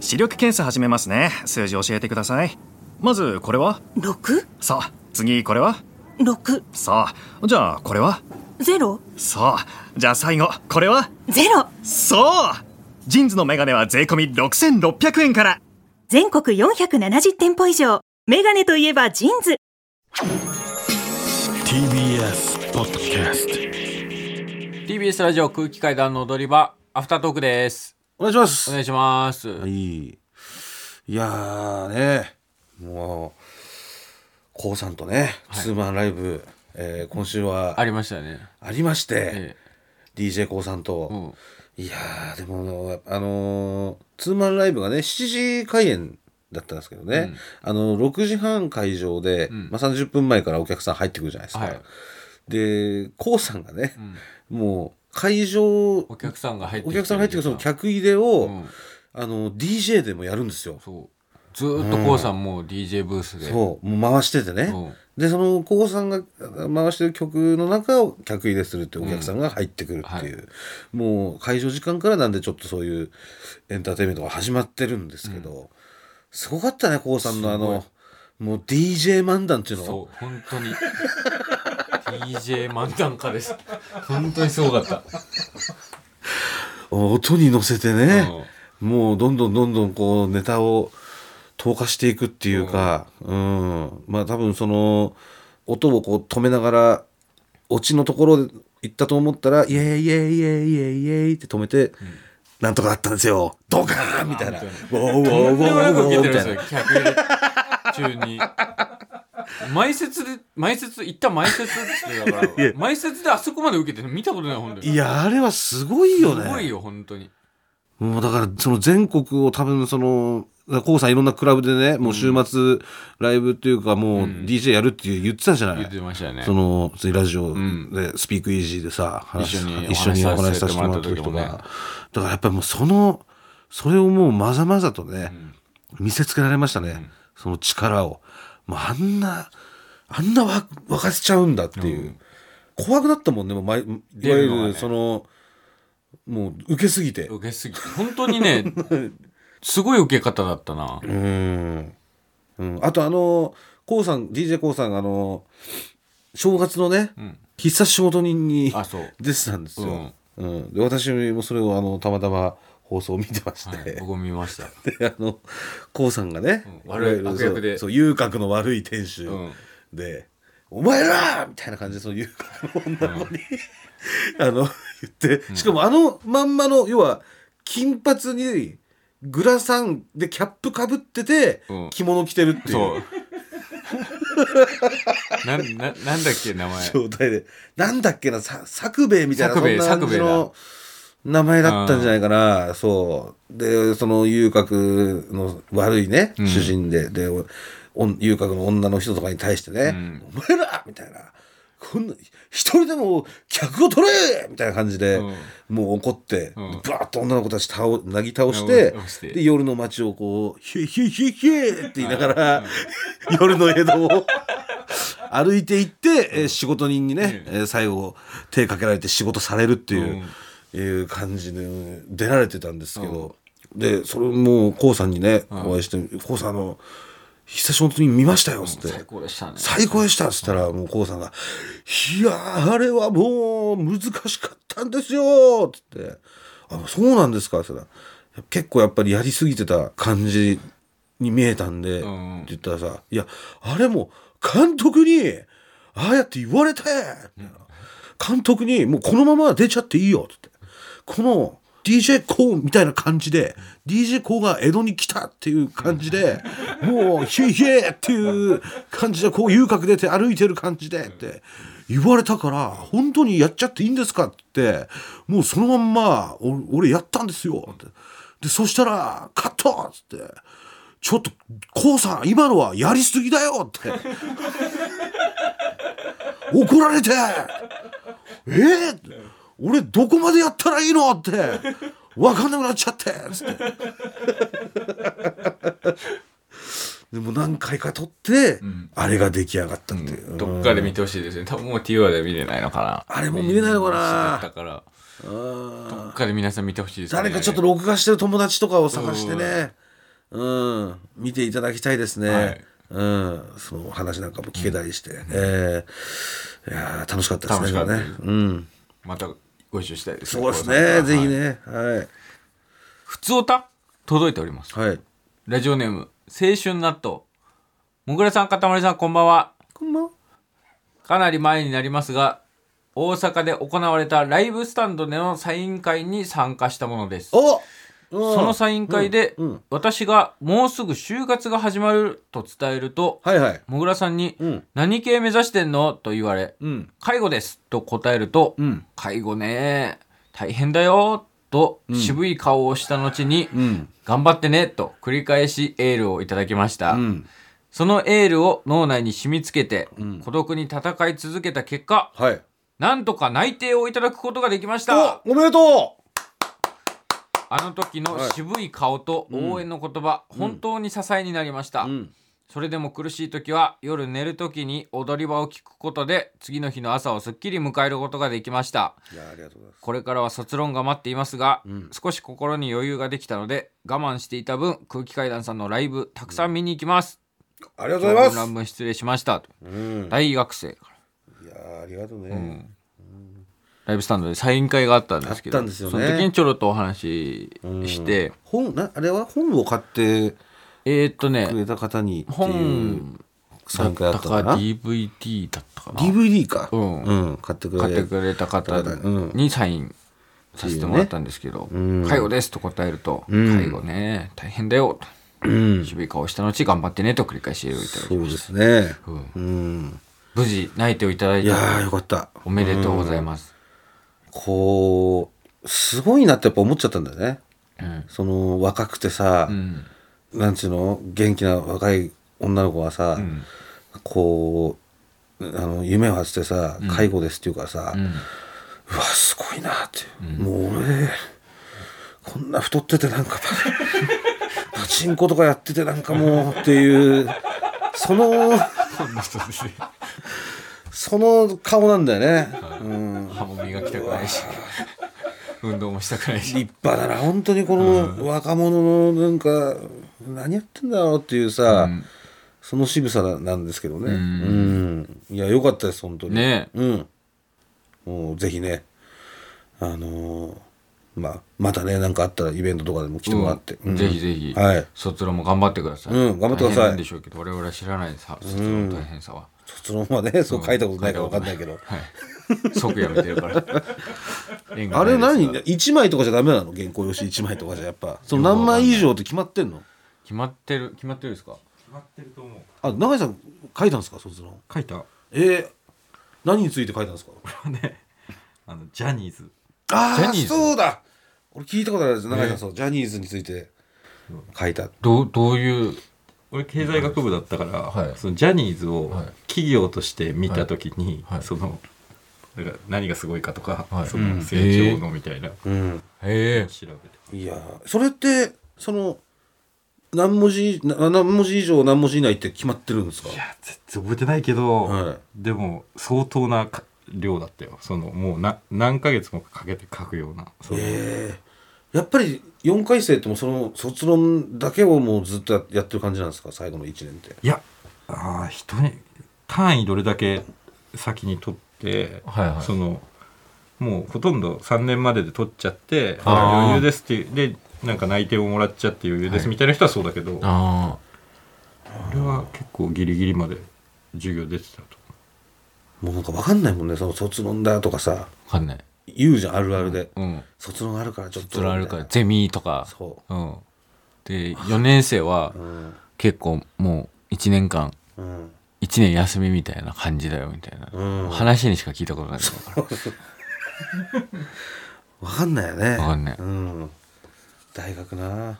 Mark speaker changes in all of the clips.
Speaker 1: 視力検査始めますね数字教えてくださいまずこれは
Speaker 2: 6?
Speaker 1: さあ次これは
Speaker 2: 6
Speaker 1: さあじゃあこれは
Speaker 2: ゼロ
Speaker 1: さあじゃあ最後これは
Speaker 2: ゼロ
Speaker 1: そうジンズのメガネは税込み6600円から
Speaker 2: 全国470店舗以上メガネといえばジーンズ
Speaker 3: TBS ポッドキャスト
Speaker 4: TBS ラジオ空気階段の踊り場アフタートークです
Speaker 3: お願いしま
Speaker 4: お
Speaker 3: す
Speaker 4: 願いします、
Speaker 3: いいやーねもう k さんとね、ツーマンライブ、えー今週は
Speaker 4: ありましたね、
Speaker 3: ありまして、
Speaker 4: え
Speaker 3: DJ k さんと、
Speaker 4: えうん、
Speaker 3: いやーでもあのーツーマンライブがね7時開演だったんですけどね、あの6時半会場で、まあ、30分前からお客さん入ってくるじゃないですか、
Speaker 4: はい
Speaker 3: で k さんがね、もう会場
Speaker 4: お客さんが入って
Speaker 3: お
Speaker 4: きてる
Speaker 3: 客さんが入ってくるその客入れを、
Speaker 4: ん
Speaker 3: あの DJ でもやるんですよ。
Speaker 4: そうずーっとこうさんもう DJ ブースで、
Speaker 3: そうもう回しててね、
Speaker 4: うん
Speaker 3: でその高さんが回してる曲の中を客入れするっていうお客さんが入ってくるっていう、もう会場時間からなんでちょっとそういうエンターテインメントが始まってるんですけど、すごかったね高さんのあのもう DJ 漫談っていうの
Speaker 4: そう本当に DJ 漫談家です本当にすごかった
Speaker 3: を音に乗せてね、もうどんどんどんどんこうネタを投下していくっていうか、うんまあ多分その音をこう止めながらオチのところで行ったと思ったら「イエイイエイイエイイエイイエイ」って止めて、なんとかあったんですよドカーンみたいな「ウォーウォーウォーウ
Speaker 4: でもな
Speaker 3: ォ
Speaker 4: んか
Speaker 3: ーウ
Speaker 4: 受
Speaker 3: ォー
Speaker 4: けて
Speaker 3: み
Speaker 4: るんで
Speaker 3: た
Speaker 4: す
Speaker 3: いな。
Speaker 4: よ客入れ中に前説で前説行った前説っつってだから前説であそこまで受けてるの見たことない本当に
Speaker 3: いやあれはすごいよね。
Speaker 4: すごいよ本当に
Speaker 3: もうだからその全国を多分そのコウさんいろんなクラブでねもう週末ライブっていうかもう DJ やるって言ってたじゃない、
Speaker 4: 言ってましたよね
Speaker 3: そのついラジオ
Speaker 4: ん
Speaker 3: でスピークイージーでさ、話
Speaker 4: 一緒に
Speaker 3: 一緒にお
Speaker 4: お
Speaker 3: 話
Speaker 4: 話
Speaker 3: し
Speaker 4: し
Speaker 3: さ
Speaker 4: さ
Speaker 3: せ
Speaker 4: せ
Speaker 3: て
Speaker 4: て
Speaker 3: もら
Speaker 4: もら
Speaker 3: っ
Speaker 4: ったた
Speaker 3: 時
Speaker 4: 時
Speaker 3: とか、
Speaker 4: もね
Speaker 3: だからやっぱりもうそのそれをもうまざまざとね、見せつけられましたね、その力をもうあんなあんなわ沸かせちゃうんだっていう、怖くなったもんねもう前いわゆ
Speaker 4: 出るのは
Speaker 3: る
Speaker 4: ね
Speaker 3: そのもう受けすぎて
Speaker 4: 受けすぎ本当 にねすごい受け方だったな
Speaker 3: うん、うん、あとあのこうさん d j k o さんがあの正月のね、
Speaker 4: ん
Speaker 3: 必殺仕事人に
Speaker 4: あそう
Speaker 3: 出てたんですよ、うんで私もそれをあのたまたま放送を見てまし
Speaker 4: は
Speaker 3: て、
Speaker 4: い僕も見ました
Speaker 3: であのこうさんがね、
Speaker 4: うん悪い
Speaker 3: わゆる
Speaker 4: 悪役で
Speaker 3: そうそう遊郭の悪い店主
Speaker 4: うん
Speaker 3: で「お前ら!」みたいな感じでその遊郭の女の子に、 あの言ってしかもあのまんまの要は金髪にグラサンでキャップかぶってて、
Speaker 4: うん
Speaker 3: 着物着てるってい
Speaker 4: そううなななんだっけ名前
Speaker 3: 状態でなんだっけなさ作兵衛みたいなそ
Speaker 4: 作兵
Speaker 3: ん
Speaker 4: 衛
Speaker 3: な感じの名前だったんじゃないかなそうでその遊郭の悪いね、主人ででおん遊郭の女の人とかに対してね「
Speaker 4: ん
Speaker 3: お前ら!」みたいな。こんな一人でも客を取れみたいな感じで、
Speaker 4: うん
Speaker 3: もう怒って、
Speaker 4: ん
Speaker 3: ブワーッと女の子たち倒なぎ倒して
Speaker 4: 倒して
Speaker 3: で夜の街をこう「ヒュヒュヒュヒュ」って言いながら、夜の江戸を。歩いていって、えー仕事人にね、えー最後手かけられて仕事されるっていう,、いう感じで出られてたんですけど、でそれもう k さんにね、お会いして「k さんあの久しぶりに見ましたよ」っつって。
Speaker 4: 最高でしたね
Speaker 3: 最高でしたっつったらもう k さんが「いやーあれはもう難しかったんですよ」っつって「あそうなんですか」っつったら結構やっぱりやりすぎてた感じに見えたんで、
Speaker 4: ん
Speaker 3: って言ったらさ「いやあれも監督にああやって言われて」みたいな監督に「もうこのまま出ちゃっていいよ」っつってこの DJ コーみたいな感じで DJ コーが江戸に来たっていう感じでもうヒエヒエっていう感じでこう遊郭出て歩いてる感じでって言われたから本当にやっちゃっていいんですかってもうそのまんまお俺やったんですよってでそしたらカットっつってちょっとコウさん今のはやりすぎだよって 怒られてえー、俺どこまでやったらいいのって分かんなくなっちゃってつってでも何回か撮って、あれが出来上がったっていう、うん
Speaker 4: どっかで見てほしいですね多分もう TVer では見れないのかな
Speaker 3: あれもう見れないのかな
Speaker 4: だからどっかで皆さん見てほしいですね
Speaker 3: 誰かちょっと録画してる友達とかを探してね、うん、見ていただきたいですね、
Speaker 4: はい
Speaker 3: うん、そのお話なんかも聞けたりして、えーいやー楽しかったですね
Speaker 4: 楽しかっ
Speaker 3: こ
Speaker 4: た
Speaker 3: れねうん、
Speaker 4: またご一緒したいです
Speaker 3: そうです
Speaker 4: この
Speaker 3: ね
Speaker 4: 方
Speaker 3: ぜひ
Speaker 4: はい
Speaker 3: ねは
Speaker 4: 普通おた届いております
Speaker 3: い、はい、
Speaker 4: ラジオネーム青春納豆もぐらさんかたまりさんこんばんは
Speaker 3: こんばんは
Speaker 4: かなり前になりますが大阪で行われたライブスタンドでのサイン会に参加したものです
Speaker 3: おうん
Speaker 4: そのサイン会で、
Speaker 3: うんうん
Speaker 4: 私がもうすぐ就活が始まると伝えると、
Speaker 3: はいはい
Speaker 4: もぐらさんに、
Speaker 3: うん
Speaker 4: 何系目指してんのと言われ、
Speaker 3: うん
Speaker 4: 介護ですと答えると、
Speaker 3: うん
Speaker 4: 介護ね大変だよと渋い顔をした後に、
Speaker 3: うん
Speaker 4: 頑張ってねと繰り返しエールをいただきました、
Speaker 3: うん
Speaker 4: そのエールを脳内に染み付けて、孤独に戦い続けた結果
Speaker 3: はい
Speaker 4: なんとか内定をいただくことができました
Speaker 3: おおめでと
Speaker 4: あの時の渋い顔と応援の言葉、本当に支えになりました、
Speaker 3: ううん
Speaker 4: それでも苦しい時は夜寝る時に踊り場を聞くことで次の日の朝をすっきり迎えることができました
Speaker 3: いやありがとうございます
Speaker 4: これからは卒論が待っていますが、
Speaker 3: ん
Speaker 4: 少し心に余裕ができたので我慢していた分空気階段さんのライブたくさん見に行きます、
Speaker 3: ありがとうござ
Speaker 4: 長
Speaker 3: い
Speaker 4: 文
Speaker 3: ま
Speaker 4: 乱文失礼しましたと、
Speaker 3: すうん
Speaker 4: 大学生から
Speaker 3: いやーありがとうね、
Speaker 4: ライブスタンドでサイン会があったんですけど
Speaker 3: あったんですよね
Speaker 4: その時にちょろっとお話しして、
Speaker 3: 本なあれは本を買って
Speaker 4: えー、っとね
Speaker 3: くれた方にっていう
Speaker 4: 本だ
Speaker 3: 参
Speaker 4: っ
Speaker 3: 加だ
Speaker 4: た
Speaker 3: った
Speaker 4: か
Speaker 3: かな
Speaker 4: DVD だったかな
Speaker 3: DVD か、
Speaker 4: うん
Speaker 3: うん、買ってくれ
Speaker 4: 買ってくれた方にサインさせてもらったんですけど「
Speaker 3: うん
Speaker 4: 介護です」と答えると「
Speaker 3: うん
Speaker 4: 介護ね大変だよ」と渋い顔した後頑張ってねと繰り返し言いただ
Speaker 3: そ
Speaker 4: き
Speaker 3: うですね
Speaker 4: うん
Speaker 3: うん
Speaker 4: 無事内定をいただい
Speaker 3: いや
Speaker 4: た
Speaker 3: ーよかった
Speaker 4: おめでとうございます
Speaker 3: こうすごいなってやっぱ思っちゃったんだよね
Speaker 4: うん
Speaker 3: その若くてさ、
Speaker 4: うん
Speaker 3: なんちゅうの元気な若い女の子がさ、
Speaker 4: うん
Speaker 3: こうあの夢を果ててさ「介護です」っていうからさ、う
Speaker 4: うん
Speaker 3: わすごいなって、もう俺こんな太っててなんか パチンコとかやっててなんかもうっていうそのその顔なんだよね、うん、
Speaker 4: 歯も磨きたくな いし運動もしたくないし
Speaker 3: 立派だな本当にこの若者のなんか何やってんだろうっていうさ、
Speaker 4: うん
Speaker 3: その渋さなんですけどね
Speaker 4: う
Speaker 3: うんん、いや良かったです本当に
Speaker 4: ね
Speaker 3: うんもうぜひねあのーまあまたね何かあったらイベントとかでも来てもらって、
Speaker 4: うん
Speaker 3: うん
Speaker 4: ぜひぜひ
Speaker 3: はい
Speaker 4: 卒論も頑張ってください
Speaker 3: うん頑張ってください
Speaker 4: 大変なんでしょうけど我々は知らないさ卒論の大変さは
Speaker 3: 卒論はねそう書いたことないから分かんないけ ど、
Speaker 4: はい、即やめてる から。縁が
Speaker 3: あれ
Speaker 4: ないで
Speaker 3: 何
Speaker 4: すが
Speaker 3: 1枚とかじゃダメなの原稿用紙1枚とかじゃやっぱその何枚以上って決まってんの
Speaker 4: 決まってる決まってるですか。
Speaker 3: あ永井さん書いたんですか卒論
Speaker 5: 書いた
Speaker 3: えー、何について書いたんですか
Speaker 5: あのジャニーズ
Speaker 3: あ
Speaker 4: ジャ
Speaker 3: あ
Speaker 4: ニーズ
Speaker 3: そうだ俺聞いたことあるです中井さんそうジャニーズについて書いた
Speaker 4: どうどういう
Speaker 5: 俺経済学部だったから、
Speaker 4: はい
Speaker 5: そのジャニーズを
Speaker 4: はい
Speaker 5: 企業として見た時に、
Speaker 4: はいはい
Speaker 5: そのだから何がすごいかとか、
Speaker 4: はい
Speaker 5: そうの
Speaker 4: ん
Speaker 5: 成長のみたいな、
Speaker 3: うん
Speaker 4: へえ
Speaker 5: 調べて
Speaker 3: いやーそれってその何文字な何文字以上何文字以内って決まってるんですか
Speaker 5: いや全然覚えてないけど、
Speaker 3: はい
Speaker 5: でも相当なか量だったよそのもうな何ヶ月もかけて書くようなその
Speaker 3: ええやっぱり4回生ってもうその卒論だけをもうずっとややってる感じなんですか最後の1年って
Speaker 5: いやあー人に単位どれだけ先に取って、
Speaker 4: はいはい
Speaker 5: そのもうほとんど3年までで取っちゃって
Speaker 4: あー
Speaker 5: 余裕ですっていうでなんか内定をもらっちゃって余裕ですみたいな人はそうだけど、
Speaker 4: あ
Speaker 5: 俺は結構ギリギリまで授業出てたと
Speaker 3: もうなんか分かんないもんねその卒論だとかさ
Speaker 4: あわかんない。
Speaker 3: 言うじゃんあるあるで、
Speaker 4: うん。
Speaker 3: 卒論あるからちょっと
Speaker 4: それあるからゼミとか。。
Speaker 3: そう
Speaker 4: ん。で4年生は
Speaker 3: ううん
Speaker 4: 結構もう1年間
Speaker 3: うん
Speaker 4: 1年休みみたいな感じだよみたいな、
Speaker 3: うん
Speaker 4: 話にしか聞いたことないから
Speaker 3: わかんないよね。
Speaker 4: わかんない
Speaker 3: うん。大学な。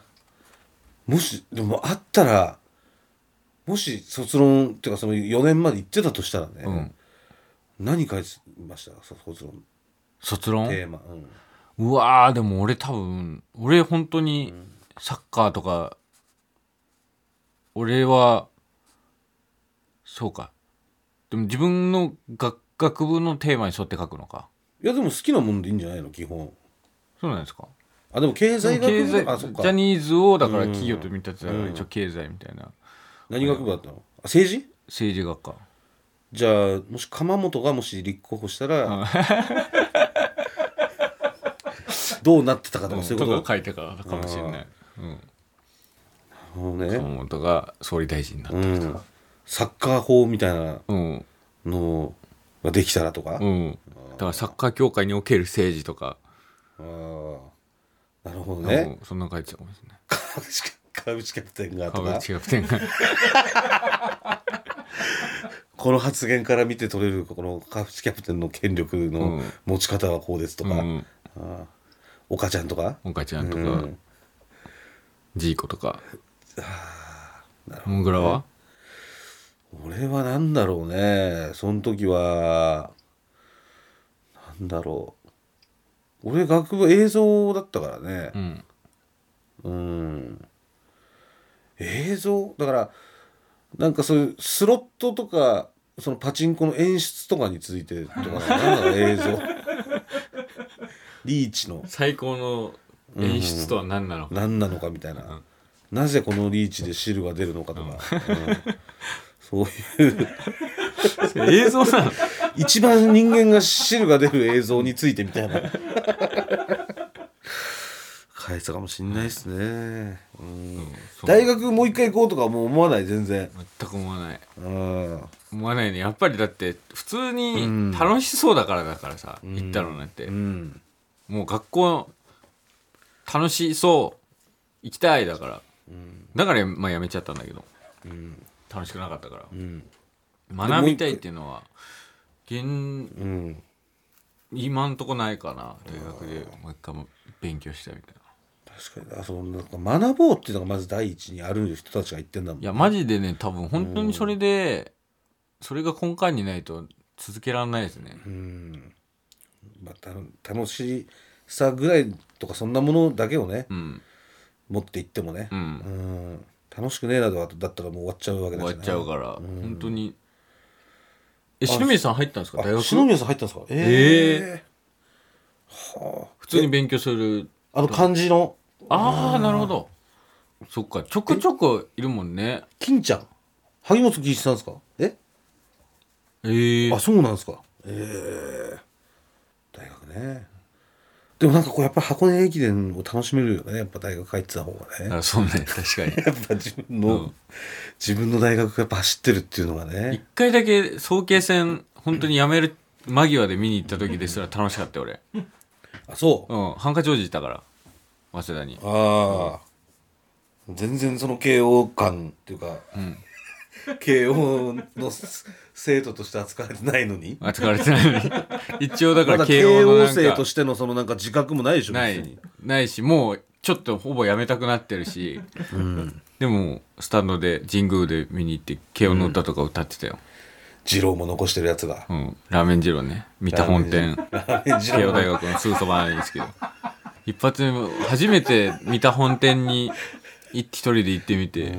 Speaker 3: もし、でもあったら、もし卒論っていうかその4年まで行ってたとしたらね、
Speaker 4: うん
Speaker 3: 何書いてましたそ卒論
Speaker 4: 卒論
Speaker 3: テーマ。うん。
Speaker 4: うわーでも俺多分俺本当にサッカーとか、俺はそうかでも自分の学学部のテーマに沿って書くのか
Speaker 3: いやでも好きなもんでいいんじゃないの基本。
Speaker 4: そうなんですか
Speaker 3: あでも経済学
Speaker 4: 経
Speaker 3: 部
Speaker 4: 済
Speaker 3: だあそっか
Speaker 4: ジャニーズをだから企業と見立てたから
Speaker 3: うん
Speaker 4: 一応経済みたいな
Speaker 3: 何学部だったのあ政治
Speaker 4: 政治学科
Speaker 3: じゃあもし鎌本がもし立候補したらどうなってたかとかそういうこと
Speaker 4: とか書いてからかもしれないうん
Speaker 3: もうね、
Speaker 4: 本が総理大臣になっ
Speaker 3: う
Speaker 4: た
Speaker 3: ん、サッカー法みたいな
Speaker 4: うん
Speaker 3: のができたらとか、
Speaker 4: うんだからサッカー協会における政治とか
Speaker 3: あーなるほど
Speaker 4: うん
Speaker 3: ね
Speaker 4: そんなの書いてたかもしれない
Speaker 3: 株式株式キャプテンがと
Speaker 4: 株
Speaker 3: か
Speaker 4: 違う 点が
Speaker 3: この発言から見て取れるこの株式キャプテンの権力
Speaker 4: う
Speaker 3: の
Speaker 4: ん
Speaker 3: 持ち方はこうですと
Speaker 4: う
Speaker 3: か、
Speaker 4: ん
Speaker 3: あー岡ちゃんとか
Speaker 4: 岡ちゃんと
Speaker 3: う
Speaker 4: か
Speaker 3: ん
Speaker 4: ジーコとかモングラは
Speaker 3: 俺はなんだろうねその時はなんだろう俺学部映像だったからね
Speaker 4: うん
Speaker 3: うん映像だからなんかそういうスロットとかそのパチンコの演出とかについてとかなんだろう 映像リーチの
Speaker 4: 最高の演出とは何なのか
Speaker 3: 何なのかみたいな、なぜこのリーチで汁が出るのかとか、うんそういう
Speaker 4: 映像なの
Speaker 3: 一番人間が汁が出る映像についてみたいな変えてたかもしんないですね、うん
Speaker 4: そう
Speaker 3: 大学もう一回行こうとかもう思わない全然
Speaker 4: 全く思わない
Speaker 3: うん
Speaker 4: 思わないねやっぱりだって普通
Speaker 3: うん
Speaker 4: に楽しそうだからだからさ、行ったのなんて、
Speaker 3: うん
Speaker 4: もう学校楽しそう行きたいだから、だからまあやめちゃったんだけど、楽しくなかったから、
Speaker 3: ん
Speaker 4: 学びたいっていうのは現
Speaker 3: うん
Speaker 4: 今んとこないかな大学でもう一回も勉強したみたいな
Speaker 3: 確かにあそのなんか学ぼうっていうのがまず第一にある人たちが言ってんだもん
Speaker 4: いやマジでね多分本当にそれで、それが根幹にないと続けられないですね、
Speaker 3: うん、まあ、た楽しさぐらいとかそんなものだけをね、
Speaker 4: うん
Speaker 3: 持っていってもね、
Speaker 4: うん
Speaker 3: うん楽しくねえなどだったらもう終わっちゃうわけだ
Speaker 4: 終
Speaker 3: し、ね、
Speaker 4: わっちゃうからら、本当にえ篠宮さん入ったんですか大
Speaker 3: あ
Speaker 4: 学
Speaker 3: 篠宮さん入ったんですかええはあ
Speaker 4: 普通に勉強する
Speaker 3: あの漢字の
Speaker 4: ああなるほどそっかちょくちょくいるもんね
Speaker 3: 金ちゃん萩本欽一さんですかえ
Speaker 4: ええ
Speaker 3: あそうなんですかええ大学ねでもなんかこうやっぱ箱根駅伝を楽しめるよねやっぱ大学入ってた方がね
Speaker 4: あそうね確かに
Speaker 3: やっぱ自分の、
Speaker 4: うん
Speaker 3: 自分の大学がやっぱ走ってるっていうのが
Speaker 4: 一
Speaker 3: ね
Speaker 4: 回だけ早慶戦本当にやめる間際で見に行った時ですら楽しかったよ俺
Speaker 3: あそう
Speaker 4: うんハンカチ王子いたから早稲田に
Speaker 3: ああ全然その慶応感っていうか
Speaker 4: うん
Speaker 3: 慶応の生徒として扱われてないのに
Speaker 4: 扱われてない のに一応だか
Speaker 3: ま
Speaker 4: ら
Speaker 3: だ
Speaker 4: 慶
Speaker 3: 慶
Speaker 4: 応
Speaker 3: 応
Speaker 4: のなんか
Speaker 3: 生としてのそのなんか自覚もないでしょ
Speaker 4: な
Speaker 3: 別に
Speaker 4: いないしもうちょっとほぼやめたくなってるし、でもスタンドで神宮で見に行って慶応の歌とか歌ってたよ、
Speaker 3: 二郎も残してるやつが
Speaker 4: うんラーメン二郎ね三田本店
Speaker 3: 二
Speaker 4: 慶
Speaker 3: 郎
Speaker 4: 応大学のすぐそばなんですけど一発目初めて三田本店にい一人で行ってみて、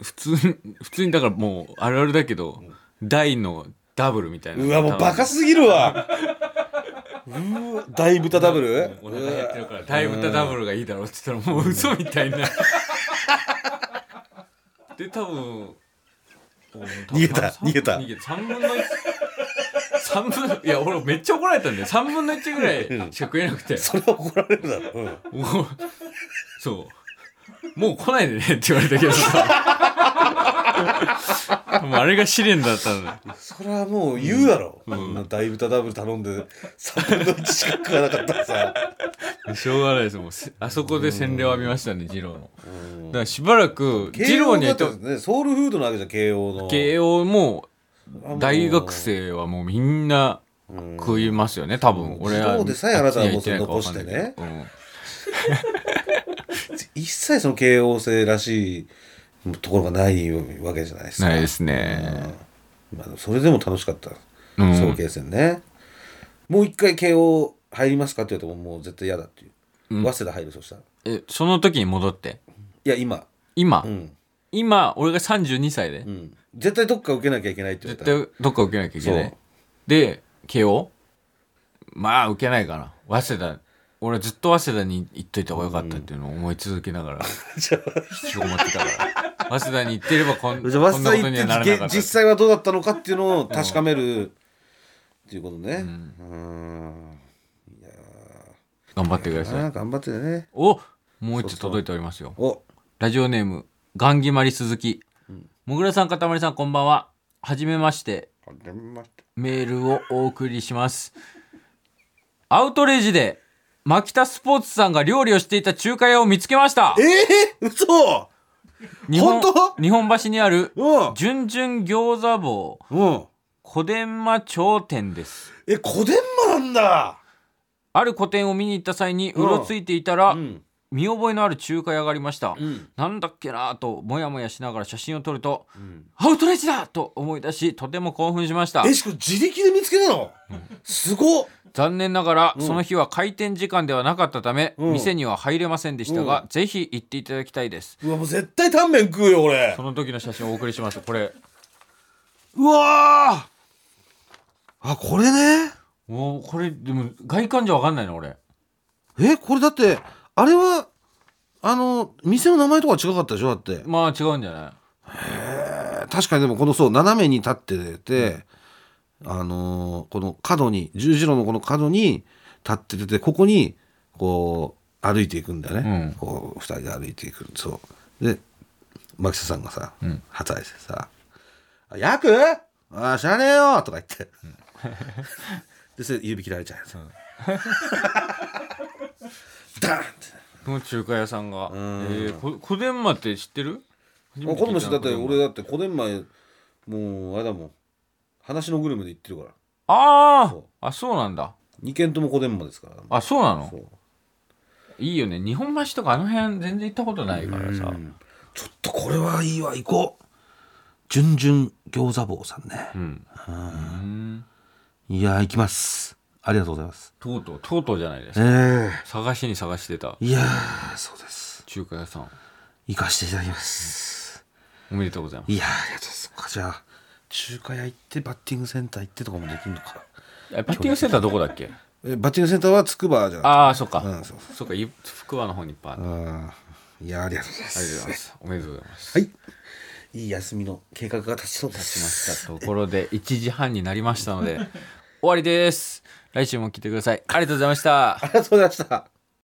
Speaker 4: 普通に普通にだからもうあるあるだけど大のダブルみたいな
Speaker 3: うわもうバカすぎるわうわ大豚ダブル
Speaker 4: お腹減ってるから大豚ダブルがいいだろうって言ったらもう嘘 みたいなで多分
Speaker 3: 逃げた
Speaker 4: 三
Speaker 3: 逃げた
Speaker 4: 逃げた3分の1 3分いや俺めっちゃ怒られたんだよ3分の1ぐらいしか食えなくて
Speaker 3: それは怒られるだろう、うん
Speaker 4: もうそうもう来ないでねって言われたけどさもうあれが試練だったんだよ
Speaker 3: それはもう言うだろ、う大豚ダブル頼んで3分の1しか食わなかったらさ
Speaker 4: しょうがないですもうせあそこで洗礼を浴びましたね二郎のだからしばらく 二
Speaker 3: 慶
Speaker 4: 郎
Speaker 3: 応
Speaker 4: に
Speaker 3: だ
Speaker 4: は
Speaker 3: っ
Speaker 4: いた
Speaker 3: てねソウルフードなわけじゃん慶応の
Speaker 4: 慶応も
Speaker 3: あもう
Speaker 4: 大学生はもうみんな食いますよね多分俺は
Speaker 3: そうでさえあなたはもうそれ
Speaker 4: どっちに行ってないかわかんないけど
Speaker 3: 一切その慶応生らしいところがないわけじゃないです
Speaker 4: うん
Speaker 3: か
Speaker 4: ないですね
Speaker 3: まあ、それでも楽しかった
Speaker 4: うん
Speaker 3: 早慶戦ね、もう一回慶応入りますかって言うともう絶対嫌だっていう、早稲田入るそしたら
Speaker 4: えその時に戻って
Speaker 3: いや今
Speaker 4: 今、
Speaker 3: うん
Speaker 4: 今俺が32歳で、
Speaker 3: うん絶対どっか受けなきゃいけないって言っ
Speaker 4: 絶
Speaker 3: たら
Speaker 4: 対どっか受けなきゃいけな
Speaker 3: そ
Speaker 4: いうで慶応まあ受けないかな早稲田俺はずっと早稲田に行っといた方がよかったっていうのを思い続けながら
Speaker 3: じゃあ
Speaker 4: 引きこもってたから早稲田に行ってればこん
Speaker 3: じゃあ
Speaker 4: こ
Speaker 3: 早稲田
Speaker 4: んなことにはな
Speaker 3: 行っ
Speaker 4: ら
Speaker 3: て
Speaker 4: な
Speaker 3: 現
Speaker 4: かった
Speaker 3: 実際はどうだったのかっていうのを確かめるっていうことね
Speaker 4: ん
Speaker 3: うん
Speaker 4: 頑張ってくだ
Speaker 3: あ
Speaker 4: さ
Speaker 3: あ
Speaker 4: い
Speaker 3: 頑張ってね
Speaker 4: おもう一つ届いておりますよ
Speaker 3: お
Speaker 4: ラジオネームガンギマリ鈴木もぐらさんかたまりさんこんばんははじめまして
Speaker 3: あれまた
Speaker 4: メールをお送りしますアウトレイジでマキタスポーツさんが料理をしていた中華屋を見つけました
Speaker 3: えー、嘘
Speaker 4: 日本
Speaker 3: 本当
Speaker 4: 日本橋にある
Speaker 3: うん
Speaker 4: 純々餃子坊
Speaker 3: うん
Speaker 4: 小伝馬町店です
Speaker 3: え小伝馬なんだ
Speaker 4: ある個展を見に行った際に
Speaker 3: うん
Speaker 4: うろついていたら、
Speaker 3: ん
Speaker 4: 見覚えのある中華屋がありました、
Speaker 3: うん
Speaker 4: なんだっけなぁとモヤモヤしながら写真を撮ると
Speaker 3: うん
Speaker 4: アウトレイジだと思い出しとても興奮しました
Speaker 3: えしかも自力で見つけたのすごっ
Speaker 4: 残念ながら、
Speaker 3: うん
Speaker 4: その日は開店時間ではなかったため、
Speaker 3: うん
Speaker 4: 店には入れませんでしたが、ぜひ行っていただきたいです
Speaker 3: うわもう絶対タンメン食うよ俺
Speaker 4: その時の写真をお送りしますこれ
Speaker 3: うわーあこれね
Speaker 4: もうこれでも外観じゃわかんないな俺
Speaker 3: えこれだってあれはあの店の名前とか違かったでしょだって
Speaker 4: まあ違うんじゃない
Speaker 3: 確かにでもこのそう斜めに立ってて、あのーこの角に十字路のこの角に立っててここにこう歩いていくんだよね、
Speaker 4: うん
Speaker 3: こう二人で歩いていくそうで牧瀬さんがさ
Speaker 4: ん
Speaker 3: 働いてさ「あヤクああ知らねえよ」とか言って、 でそれ指切られちゃうやつ、 ダーンって。
Speaker 4: この中華屋さんが、え
Speaker 3: ん
Speaker 4: ー、こ小伝馬って知ってる初
Speaker 3: あ子
Speaker 4: めて聞い
Speaker 3: 供
Speaker 4: たな
Speaker 3: しだって
Speaker 4: 小伝馬
Speaker 3: 俺だって小伝前もうあれだもん話のグルメで言ってるから
Speaker 4: あ
Speaker 3: そう
Speaker 4: ああそうなんだ
Speaker 3: 2軒とも小伝馬ですから
Speaker 4: あそうなの
Speaker 3: そう
Speaker 4: いいよね日本橋とかあの辺全然行ったことないからさ
Speaker 3: うんちょっとこれはいいわ行こう純々餃子坊さんね、
Speaker 4: うんうん
Speaker 3: いや行きますありがとうございます
Speaker 4: とうとうとうとうじゃないです
Speaker 3: ええ
Speaker 4: 探しに探してた
Speaker 3: いやーそうです
Speaker 4: 中華屋さん
Speaker 3: 行かしていただきます
Speaker 4: おめでとうございます
Speaker 3: いやーありがとうございますそっかじゃあ中華屋行ってバッティングセンター行ってとかもできるのか
Speaker 4: えバッティングセンターどこだっ け
Speaker 3: えバッティングセンターはつくばじゃな
Speaker 4: ああそっか、
Speaker 3: うんそう
Speaker 4: そっかい福和の方にいっぱいある、あり
Speaker 3: いいやーありがとうございま
Speaker 4: がとうご
Speaker 3: す
Speaker 4: ざいますおめでとうございます
Speaker 3: はい。いい休みの計画が立ちそうです。
Speaker 4: しましたところで1時半になりましたので終わりです来週も来てくださいありがとうございました
Speaker 3: ありがとうございました。